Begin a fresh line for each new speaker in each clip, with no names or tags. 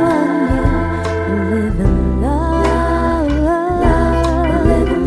love you, live in love, live in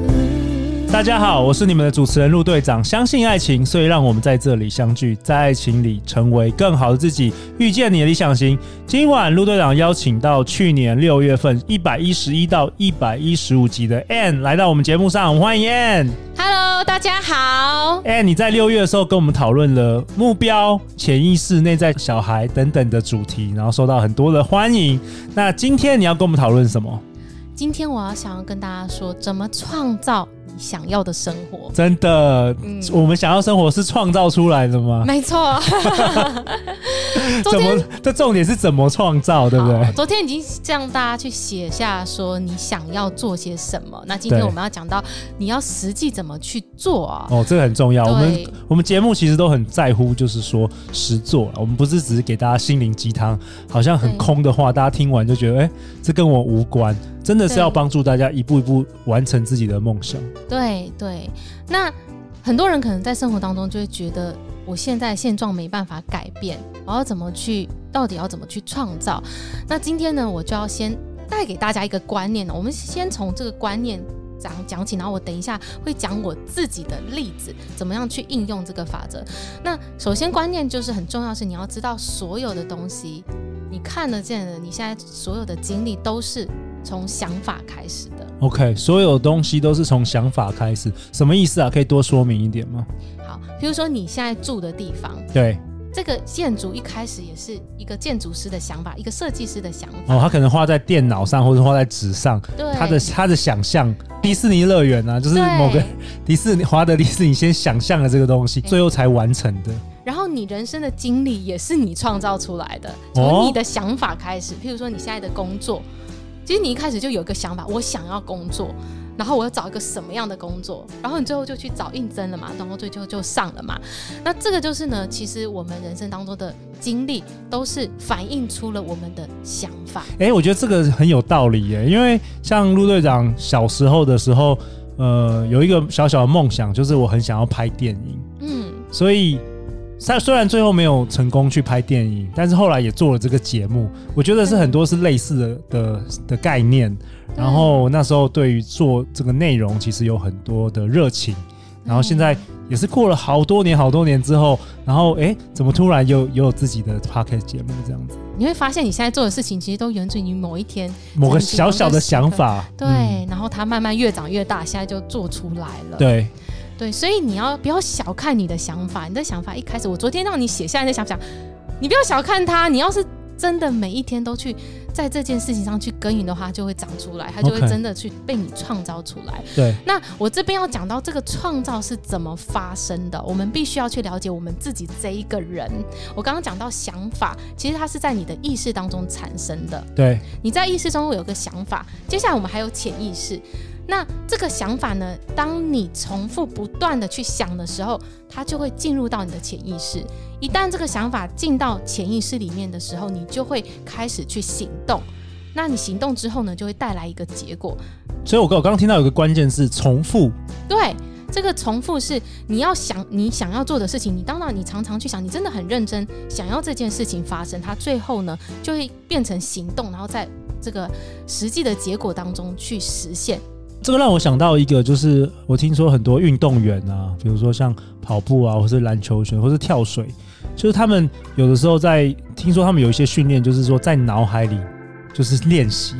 love.
大家好，我是你们的主持人陆队长。相信爱情，所以让我们在这里相聚，在爱情里成为更好的自己，遇见你的理想型。今晚陆队长邀请到去年六月份一百一十一到一百一十五集的 Ann 来到我们节目上，我们欢迎 Ann。
Hello，大家好。
哎、你在六月的时候跟我们讨论了目标、潜意识、内在小孩等等的主题，然后受到很多的欢迎。那今天你要跟我们讨论什么？
今天我要想要跟大家说，怎么创造你想要的生活。
真的，我们想要生活是创造出来的吗？
没错，昨
怎
天
么？这重点是怎么创造，对不
嗯好
对？
昨天已经让大家去写下说你想要做些什么。那今天
对
我们要讲到你要实际怎么去做啊。
哦，这个很重要。
对
我们我们节目其实都很在乎，就是说实做啦我们不是只是给大家心灵鸡汤，好像很
对
空的话，大家听完就觉得，哎、这跟我无关。真的是
对
要帮助大家一步一步完成自己的梦想。
对对，那很多人可能在生活当中就会觉得，我现在现状没办法改变，我要怎么去，到底要怎么去创造？那今天呢，我就要先带给大家一个观念呢，我们先从这个观念。讲讲起，然后我等一下会讲我自己的例子，怎么样去应用这个法则。那首先观念就是很重要，是你要知道所有的东西，你看得见的，你现在所有的经历都是从想法开始的。
OK，所有东西都是从想法开始，什么意思啊？可以多说明一点吗？
好，比如说你现在住的地方，
对，
这个建筑一开始也是一个建筑师的想法，一个设计师的想法。
哦，他可能画在电脑上，或者画在纸上，
对，
他的他的想象，迪士尼乐园啊，就是
对
某个迪士尼华德迪士尼先想象了这个东西，
对
最后才完成的。
然后你人生的经历也是你创造出来的，
哦
从你的想法开始。譬如说你现在的工作，其实你一开始就有一个想法，我想要工作，然后我要找一个什么样的工作，然后你最后就去找应征了嘛，然后最后就上了嘛。那这个就是呢，其实我们人生当中的经历都是反映出了我们的想法。
哎、我觉得这个很有道理耶，因为像陆队长小时候的时候，呃，有一个小小的梦想，就是我很想要拍电影，
嗯，
所以。虽虽然最后没有成功去拍电影，但是后来也做了这个节目，我觉得是很多是类似的的的概念。然后那时候对于做这个内容，其实有很多的热情。然后现在也是过了好多年、好多年之后，然后哎，诶怎么突然又又有自己的 podcast 节目这样子？
你会发现你现在做的事情其实都源自于某一天，
某个小小的想法，
对，
嗯
然后它慢慢越长越大，现在就做出来了。
对，
对所以你要不要小看你的想法？你的想法一开始，我昨天让你写下来的想法，你不要小看它。你要是真的每一天都去在这件事情上去耕耘的话，它就会长出来，它就会
OK
真的去被你创造出来。
对，
那我这边要讲到这个创造是怎么发生的，我们必须要去了解我们自己这一个人。我刚刚讲到想法，其实它是在你的意识当中产生的。
对，
你在意识中会有个想法，接下来我们还有潜意识。那这个想法呢，当你重复不断的去想的时候，它就会进入到你的潜意识。一旦这个想法进到潜意识里面的时候，你就会开始去行动。那你行动之后呢，就会带来一个结果。
所以我刚我刚刚听到有个关键是重复，
对，这个重复是你要想你想要做的事情，你当然你常常去想，你真的很认真想要这件事情发生，它最后呢就会变成行动，然后在这个实际的结果当中去实现。
这个让我想到一个，就是我听说很多运动员啊，比如说像跑步啊，或是篮球选，或是跳水，就是他们有的时候在听说他们有一些训练，就是说在脑海里就是练习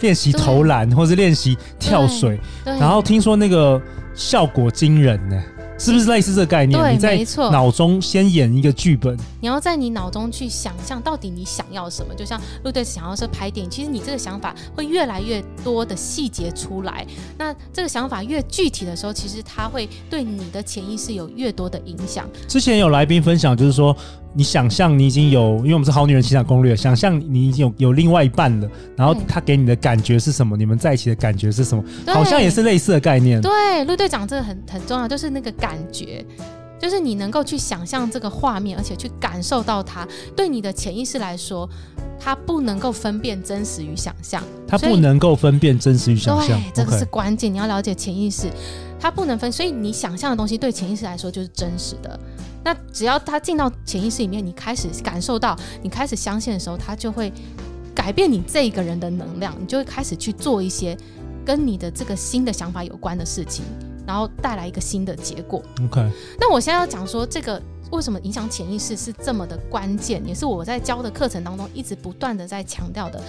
练习
对
投篮，或是练习跳水，
对，
然后听说那个效果惊人呢、是不是类似这个概念？
对
你在
没错
脑中先演一个剧本，
你要在你脑中去想象到底你想要什么，就像陆队想要是拍电影，其实你这个想法会越来越多的细节出来。那这个想法越具体的时候，其实它会对你的潜意识有越多的影响。
之前有来宾分享，就是说你想象你已经有，因为我们是好女人情感攻略，想象你已经有有另外一半了，然后
嗯
他给你的感觉是什么？你们在一起的感觉是什么？
对
好像也是类似的概念。
对，陆队长这个很很重要，就是那个感觉。就是你能够去想象这个画面，而且去感受到它，对你的潜意识来说，它不能够分辨真实与想象。
他
所以
不能够分辨真实与想象
对，。这个是
OK
关键，你要了解潜意识，它不能分，所以你想象的东西对潜意识来说就是真实的。那只要它进到潜意识里面，你开始感受到，你开始相信的时候，它就会改变你这个人的能量，你就会开始去做一些跟你的这个新的想法有关的事情，然后带来一个新的结果。
OK，
那我现在要讲说，这个为什么影响潜意识是这么的关键，也是我在教的课程当中一直不断的在强调的，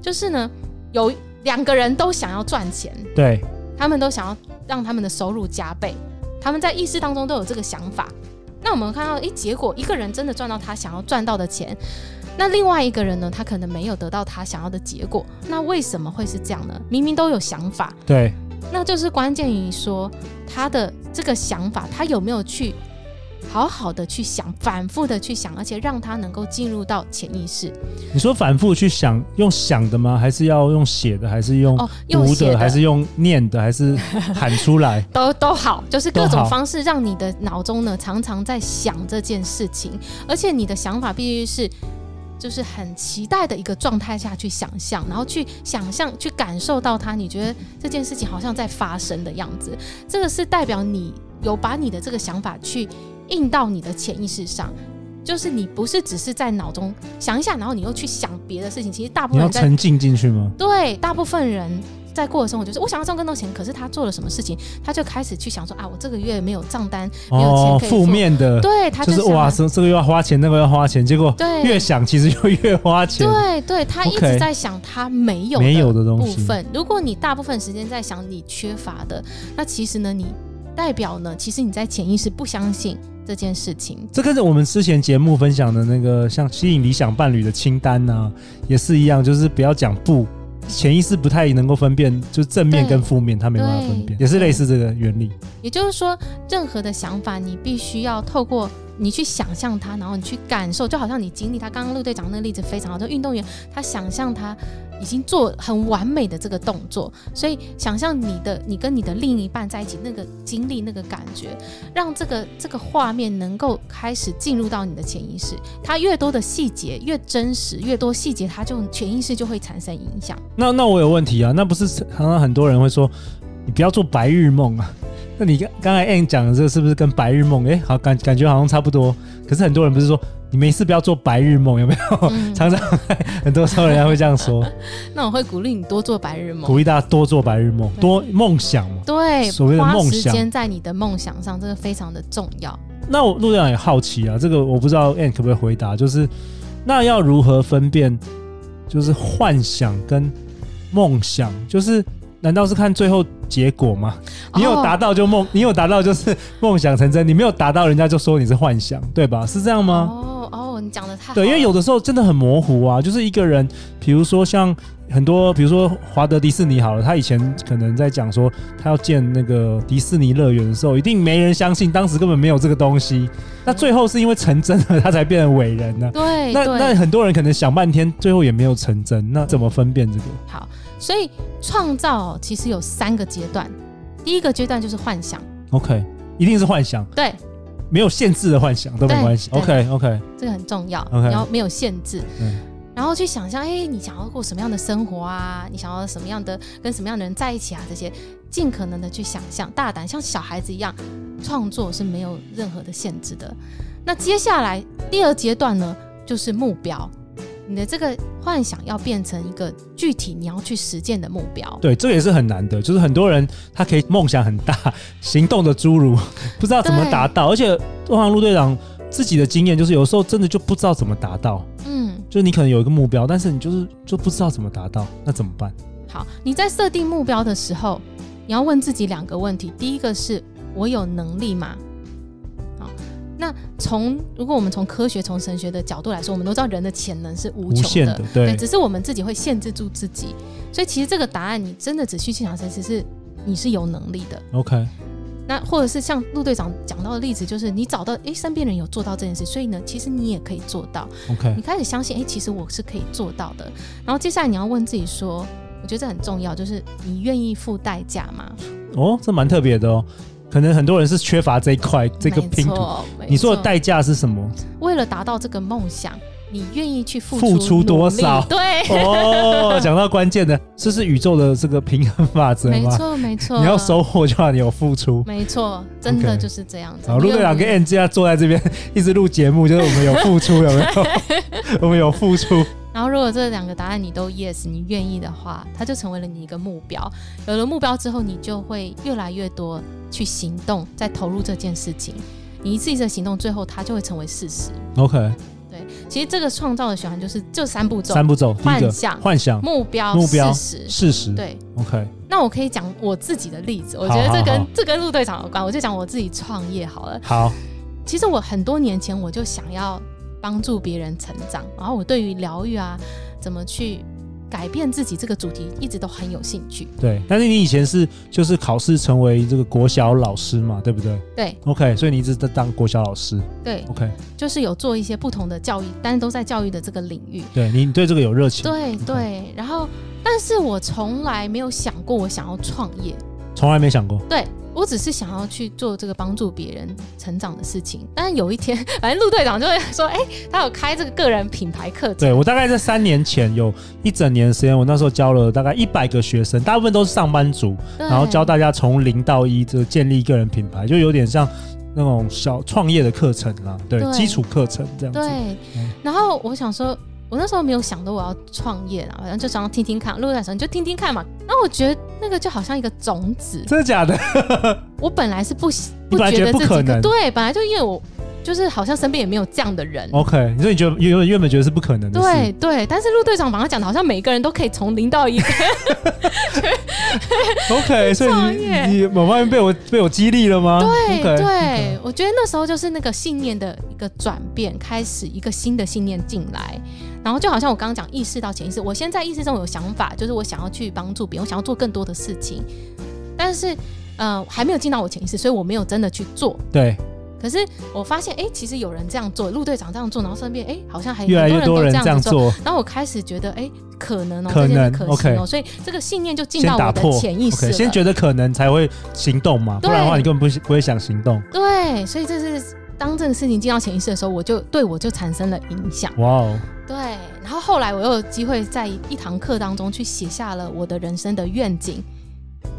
就是呢，有两个人都想要赚钱，
对，
他们都想要让他们的收入加倍，他们在意识当中都有这个想法。那我们看到，诶，结果一个人真的赚到他想要赚到的钱，那另外一个人呢，他可能没有得到他想要的结果。那为什么会是这样呢？明明都有想法，
对，
那就是关键于说他的这个想法，他有没有去好好的去想，反复的去想，而且让他能够进入到潜意识。
你说反复去想，用想的吗？还是要用写的？还是用
哦，用
读
写
的？
的
还是用念的？还是喊出 来？
都都好，就是各
都好
种方式让你的脑中呢常常在想这件事情，而且你的想法必须是。就是很期待的一个状态下去想象，然后去想象、去感受到它，你觉得这件事情好像在发生的样子。这个是代表你有把你的这个想法去印到你的潜意识上，就是你不是只是在脑中想一下，然后你又去想别的事情。其实大部
你
分
要
人在
沉浸进去吗？
对，大部分人在过的生活就是我想要赚更多钱，可是他做了什么事情，他就开始去想说啊，我这个月没有账单，没有钱
哦，
可以付
负面的，
对，他
就是
想
哇，
了
这这个又要花钱，那个要花钱，结果
对
越想其实就越花钱。
对对，他一
OK
直在想他没有
没有的东
部
西
分。如果你大部分时间在想你缺乏的，那其实呢，你代表呢，其实你在潜意识不相信这件事情。
这跟着我们之前节目分享的那个像吸引理想伴侣的清单呐、也是一样，就是不要讲不，潜意识不太能够分辨，就正面
对
跟负面，他没办法分
对
辨，也是类似这个原理。
也就是说，任何的想法，你必须要透过你去想象它，然后你去感受，就好像你经历它。刚刚陆队长那个例子非常好，就运动员他想象他已经做很完美的这个动作，所以想象你的你跟你的另一半在一起那个经历那个感觉，让这个这个画面能够开始进入到你的潜意识。它越多的细节越真实，越多细节它就潜意识就会产生影响。
那那我有问题啊，那不是常常很多人会说，你不要做白日梦啊。 那你刚刚才 Ann 讲的这个是不是跟白日梦？哎，好感感觉好像差不多。可是很多人不是说你没事不要做白日梦，有没有？
嗯
常 常很多时候人家会这样 说，
那我会鼓励你多做白日梦
鼓。励大家多做白日梦，多梦想嘛。
对，
所谓的
花
梦
时
想
间在你的梦想上，这个非常的重要。
那我陆队长也好奇啊，这个我不知道 Ann 可不可以回答，就是那要如何分辨，就是幻想跟梦想，就是难道是看最后结果吗？你有达
哦
到就梦，你有达到就是梦想成真，你没有达到，人家就说你是幻想，对吧？是这样吗？
哦哦，你讲的太 好
对，因为有
了
的时候真的很模糊啊，就是一个人，比如说像很多，比如说华德迪士尼好了，他以前可能在讲说他要建那个迪士尼乐园的时候，一定没人相信，当时根本没有这个东西。那最后是因为成真了，他才变成伟人呢、啊
对
那
对
那很多人可能想半天，最后也没有成真，那怎么分辨这个？
好，所以创造哦其实有三个阶段，第一个阶段就是幻想，
OK，一定是幻想，
对，
没有限制的幻想都没
对
关系。
对
OK OK，
这个很重要
OK
你要没有限制。
嗯
然后去想象，哎、你想要过什么样的生活啊？你想要什么样的跟什么样的人在一起啊？这些尽可能的去想象，大胆像小孩子一样创作是没有任何的限制的。那接下来第二阶段呢，就是目标，你的这个幻想要变成一个具体你要去实践的目标。
对，这个也是很难的，就是很多人他可以梦想很大， 行动的侏儒，不知道怎么达到，而且东航陆队长自己的经验就是，有时候真的就不知道怎么达到，
嗯，
就是你可能有一个目标，但是你就是就不知道怎么达到，那怎么办？
好，你在设定目标的时候，你要问自己两个问题。第一个是我有能力吗？好，那从如果我们从科学、从神学的角度来说，我们都知道人的潜能是无
无
穷
限的，对
对，只是我们自己会限制住自己。所以其实这个答案，你真的仔细去想，其实是你是有能力的。
o k
那或者是像陆队长讲到的例子，就是你找到诶身边人有做到这件事，所以呢，其实你也可以做到。
OK，
你开始相信，哎、其实我是可以做到的。然后接下来你要问自己说，我觉得这很重要，就是你愿意付代价吗？
哦，这蛮特别的哦。可能很多人是缺乏这一块这个
没
拼图。
错，没
你说的
错
代价是什么？
为了达到这个梦想，你愿意去付
付出多
努力
少
对，
哦，讲到关键的，这是宇宙的这个平衡法则
没
吗？
错没错，
你要收获就要你有付出。
没错，真的
OK
就是这样子。
好，陆队长跟 N G 啊坐在这边一直录节目，就是我们有付出，有没 有？我们有付出，
然后如果这两个答案你都 yes，你愿意的话，它就成为了你一个目标。有了目标之后，你就会越来越多去行动，再投入这件事情。你一次一次的行动，最后它就会成为事实。
OK，
对，其实这个创造的循环就是这三步骤：
三步骤，第一个
幻想
幻想、
目标、
目标
事实。
事实，
对，
，OK，
那我可以讲我自己的例子，我
好
觉得这跟
好好
这跟陆队长有关，我就讲我自己创业好了。
好，
其实我很多年前我就想要帮助别人成长，然后我对于疗愈啊，怎么去改变自己这个主题一直都很有兴趣。
对。但是你以前是就是考试成为这个国小老师嘛，对不对
对
？OK，所以你一直在当国小老师
对，
，OK，
就是有做一些不同的教育，但是都在教育的这个领域。
对你你对这个有热情，
对对，然后但是我从来没有想过我想要创业，
从来没想过，
对我只是想要去做这个帮助别人成长的事情。但是有一天， 反正陆队长就会说，哎、他有开这个个人品牌课程。
对我大概在三年前有一整年的时间，我那时候教了大概一百个学生，大部分都是上班族，
对
然后教大家从零到一这建立个人品牌，就有点像那种小创业的课程啦，对，
对
基础课程这样子。
对
嗯，
然后我想说，我那时候没有想到我要创业啦，反正就想要听听看。陆队长，你就听听看嘛。然后我觉得那个就好像一个种子，
真的假的？
我本来是不喜
你本来
觉
觉得
得
不
自己
可能
对，本来就因为我就是好像身边也没有这样的人。
OK，你说你觉得原本原本觉哦得是不可能的事，
对对，但是陆队长把他讲的好像每个人都可以从零到一，
，OK，所以
创
你
业
你某方面被我被我激励了吗？
对
OK，
对，我觉得那时候就是那个信念的一个转变，开始一个新的信念进来，然后就好像我刚刚讲意识到潜意识，我现在意识中有想法，就是我想要去帮助别人，我想要做更多的事情，但是呃还没有进到我潜意识，所以我没有真的去做。
对，
可是我发现，哎、其实有人这样做，陆队长这样做，然后身边哎、诶好像还
越来越
很
多
多
人
人都
这
这样
样
子做，
做，
然后我开始觉得，哎、可能哦、
可
这件事
能
可行哦、
OK
所以这个信念就进
先
到
打
我的
破
潜意识了。
，OK，先觉得可能才会行动嘛，不然的话
对
你根本不不会想行动。
对，所以这是当这个事情进到潜意识的时候，我就对我就产生了影响。
哇哦，
对，然后后来我又有机会在一堂课当中去写下了我的人生的愿景，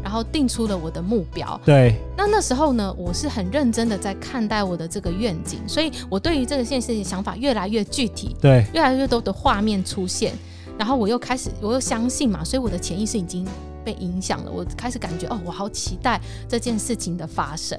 然后定出了我的目标。
对，
那那时候呢，我是很认真的在看待我的这个愿景，所以我对于这个件事情想法越来越具体，
对，
越来越多的画面出现，然后我又开始，我又相信嘛，所以我的潜意识已经被影响了。我开始感觉，哦，我好期待这件事情的发生。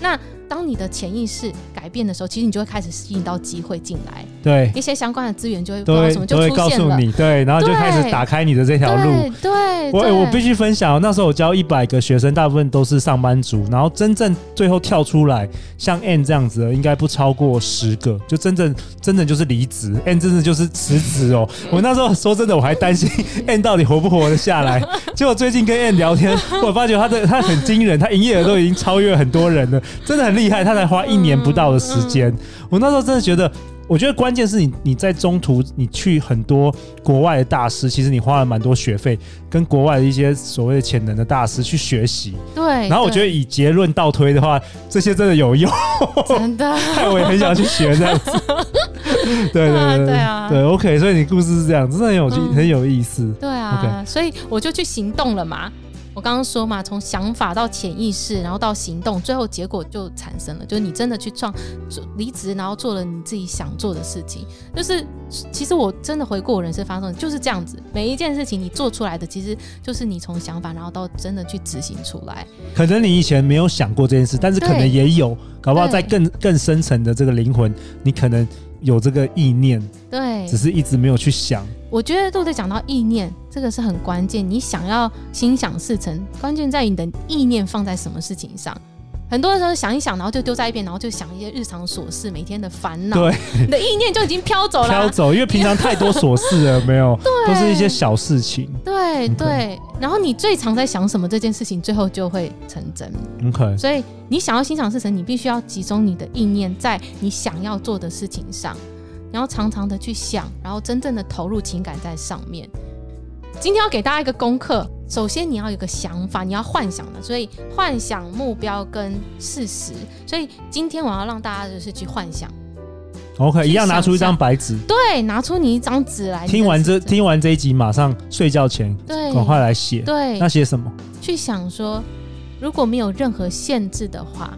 那当你的潜意识改变的时候，其实你就会开始吸引到机会进来，
对，
一些相关的资源就会不
都
知道
会
什么就
都会
出
告
现
诉
了。
你，对，然后就开始
对
打开你的这条路。
对对，
我、欸
对
我必须分享哦，那时候我教一百个学生，大部分都是上班族，然后真正最后跳出来像 N 这样子的，应该不超过十个，就真正真的就是离职，N 真的就是辞职 哦。我那时候说真的，我还担心 N 到底活不活得下来，结果最近跟 N 聊 天，我发觉他的他很惊人，他营业额都已经超越很多人了，真的很厉害，他才花一年不到的时间。
嗯
我那时候真的觉得。我觉得关键是你，你在中途你去很多国外的大师，其实你花了蛮多学费，跟国外的一些所谓的潜能的大师去学习。
哎对。
然后我觉得以结论倒推的话，这些真的有 用，
对真的，
害我也很想去学这样 子。对对
啊
对
对啊
对，OK，所以你故事是这样，真的很有趣，
嗯
很有意思。
对啊所以我就去行动了嘛。我刚刚说嘛，从想法到潜意识，然后到行动，最后结果就产生了，就是你真的去创，做离职，然后做了你自己想做的事情。就是其实我真的回顾我人生发生，就是这样子，每一件事情你做出来的，其实就是你从想法，然后到真的去执行出来。
可能你以前没有想过这件事，但是可能
对
也有，搞不好在
对
更更深层的这个灵魂，你可能有这个意念，
对，
只是一直没有去想。
我觉得都在讲到意念，这个是很关键。你想要心想事成，关键在于你的意念放在什么事情上。很多的时候想一想，然后就丢在一边，然后就想一些日常琐事、每天的烦恼，
对，
你的意念就已经飘走了
飘
啊。
走，因为平常太多琐事了，没 有，都是一些小事情。
对
OK
对，
嗯
然后你最常在想什么这件事情，最后就会成真。
OK，
所以你想要心想事成，你必须要集中你的意念在你想要做的事情上，然后常常的去想，然后真正的投入情感在上面。今天要给大家一个功课，首先你要有个想法，你要幻想的，所以幻想目标跟事实。所以今天我要让大家就是去幻想，
OK，
去
一样拿出一张
想象
白纸，
对，拿出你一张纸来，
听完这
你的纸
听完这一集，马上睡觉前
对，
赶快来写。
对
那，写什么？
去想说，如果没有任何限制的话，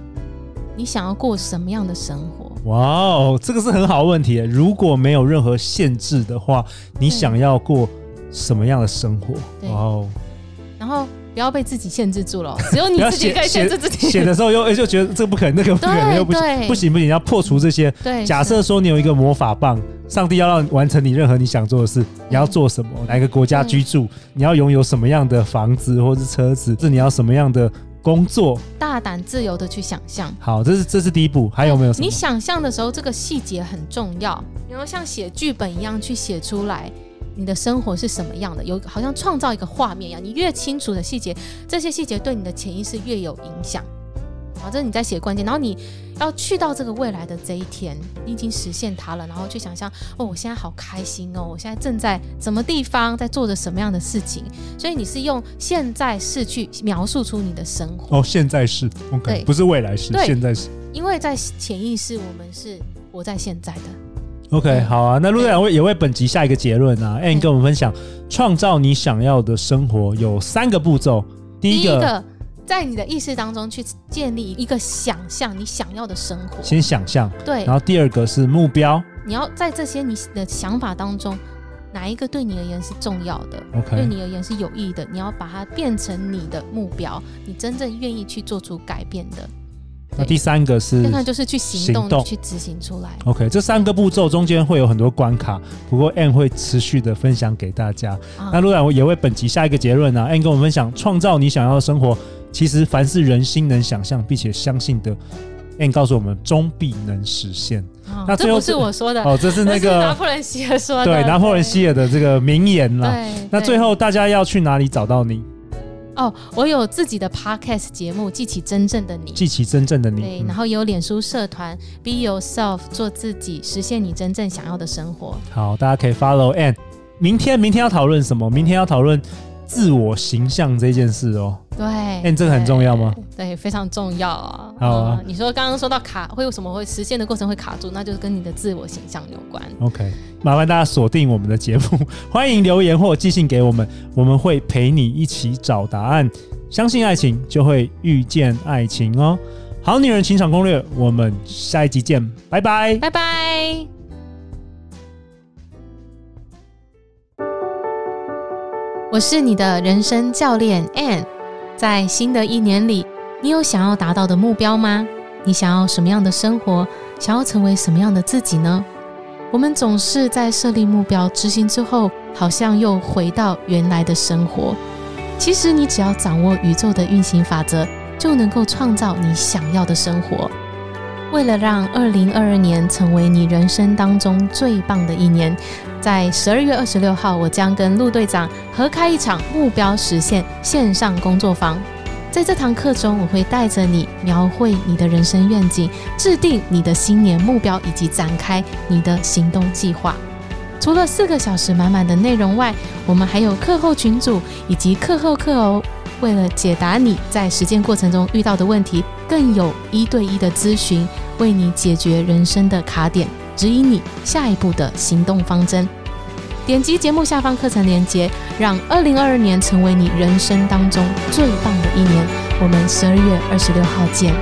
你想要过什么样的生活？
哇哦，这个是很好的问题耶。如果没有任何限制的话，你
对
想要过什么样的生活？
对
哇哦，
然后不要被自己限 制住了哦，只有你
不要
自己
写
可以限制自己。
写的时候又哎 就觉得这个不可能，那个不可能，
对
又不行，
对
不行不行，要破除这些。
对，
假设说你有一个魔法棒，上帝要让你完成你任何你想做的事，你要做什么？哪一个国家居住？你要拥有什么样的房子或是车子？是你要什么样的工作？
大胆自由的去想象。
好，这是这是第一步，还有没有什么
你？想象的时候，这个细节很重要，然后像写剧本一样去写出来。你的生活是什么样的？有好像创造一个画面一样，你越清楚的细节，这些细节对你的潜意识越有影响。然后这是你在写关键，然后你要去到这个未来的这一天，你已经实现它了，然后去想象哦，我现在好开心哦，我现在正在什么地方，在做着什么样的事情。所以你是用现在式去描述出你的生活。
哦，现在是
对
OK，不是未来式，
对
现在是
因为在潜意识，我们是活在现在的。
OK。
嗯
好啊，那陆队长为也为本集下一个结论啊，Ann
嗯
跟我们分享，创造你想要的生活有三个步骤，第一个
在你的意识当中去建立一个想象你想要的生活。
先想象，
对
然，后第二个是目标
你要在这些你的想法当中，哪一个对你而言是重要的？对
，OK。
你而言是有益的，你要把它变成你的目标，你真正愿意去做出改变的。
那第三个是
那就是去行动，
行动
去执行出来。
OK，这三个步骤中间会有很多关卡，不过 Ann 会持续的分享给大家。
啊
那陆然我也为本集下一个结论呢、啊、，Ann 跟我们分享，创造你想要的生活，其实凡是人心能想象并且相信的，Ann 告诉我们，终必能实现。
啊
哦那最
这
后
不是我说的，
哦，这是那
这是拿
个
破仑希尔说的。
对拿破仑希尔的这个名言
对
啦。
对
那最后大家要去哪里找到你？
哦，我有自己的 podcast 节目《记起真正的你》，
记起真正的
对
你，，
然
嗯
后也有脸书社团 Be Yourself，做自己，实现你真正想要的生活。
好，大家可以 follow Ann。明天明天要讨论什么？明天要讨论自我形象这件事哦。
对，哎
哎这个很重要吗？
对，非常重要啊。
好啊
嗯你说刚刚说到卡，会有什么会实现的过程会卡住，那就是跟你的自我形象有关。
OK，麻烦大家锁定我们的节目，欢迎留言或寄信给我们，我们会陪你一起找答案。相信爱情，就会遇见爱情哦。好女人情场攻略，我们下一集见，拜拜。
拜拜。我是你的人生教练 Ann，在新的一年里，你有想要达到的目标吗？你想要什么样的生活？想要成为什么样的自己呢？我们总是在设立目标、执行之后，好像又回到原来的生活。其实，你只要掌握宇宙的运行法则，就能够创造你想要的生活。为了让二零二二年成为你人生当中最棒的一年，在十二月二十六号，我将跟陆队长合开一场目标实现线上工作坊。在这堂课中，我会带着你描绘你的人生愿景，制定你的新年目标，以及展开你的行动计划。除了四个小时满满的内容外，我们还有课后群组以及课后课哦。为了解答你在实践过程中遇到的问题，更有一对一的咨询，为你解决人生的卡点，指引你下一步的行动方针。点击节目下方课程链接，让二零二二年成为你人生当中最棒的一年。我们十二月二十六号见。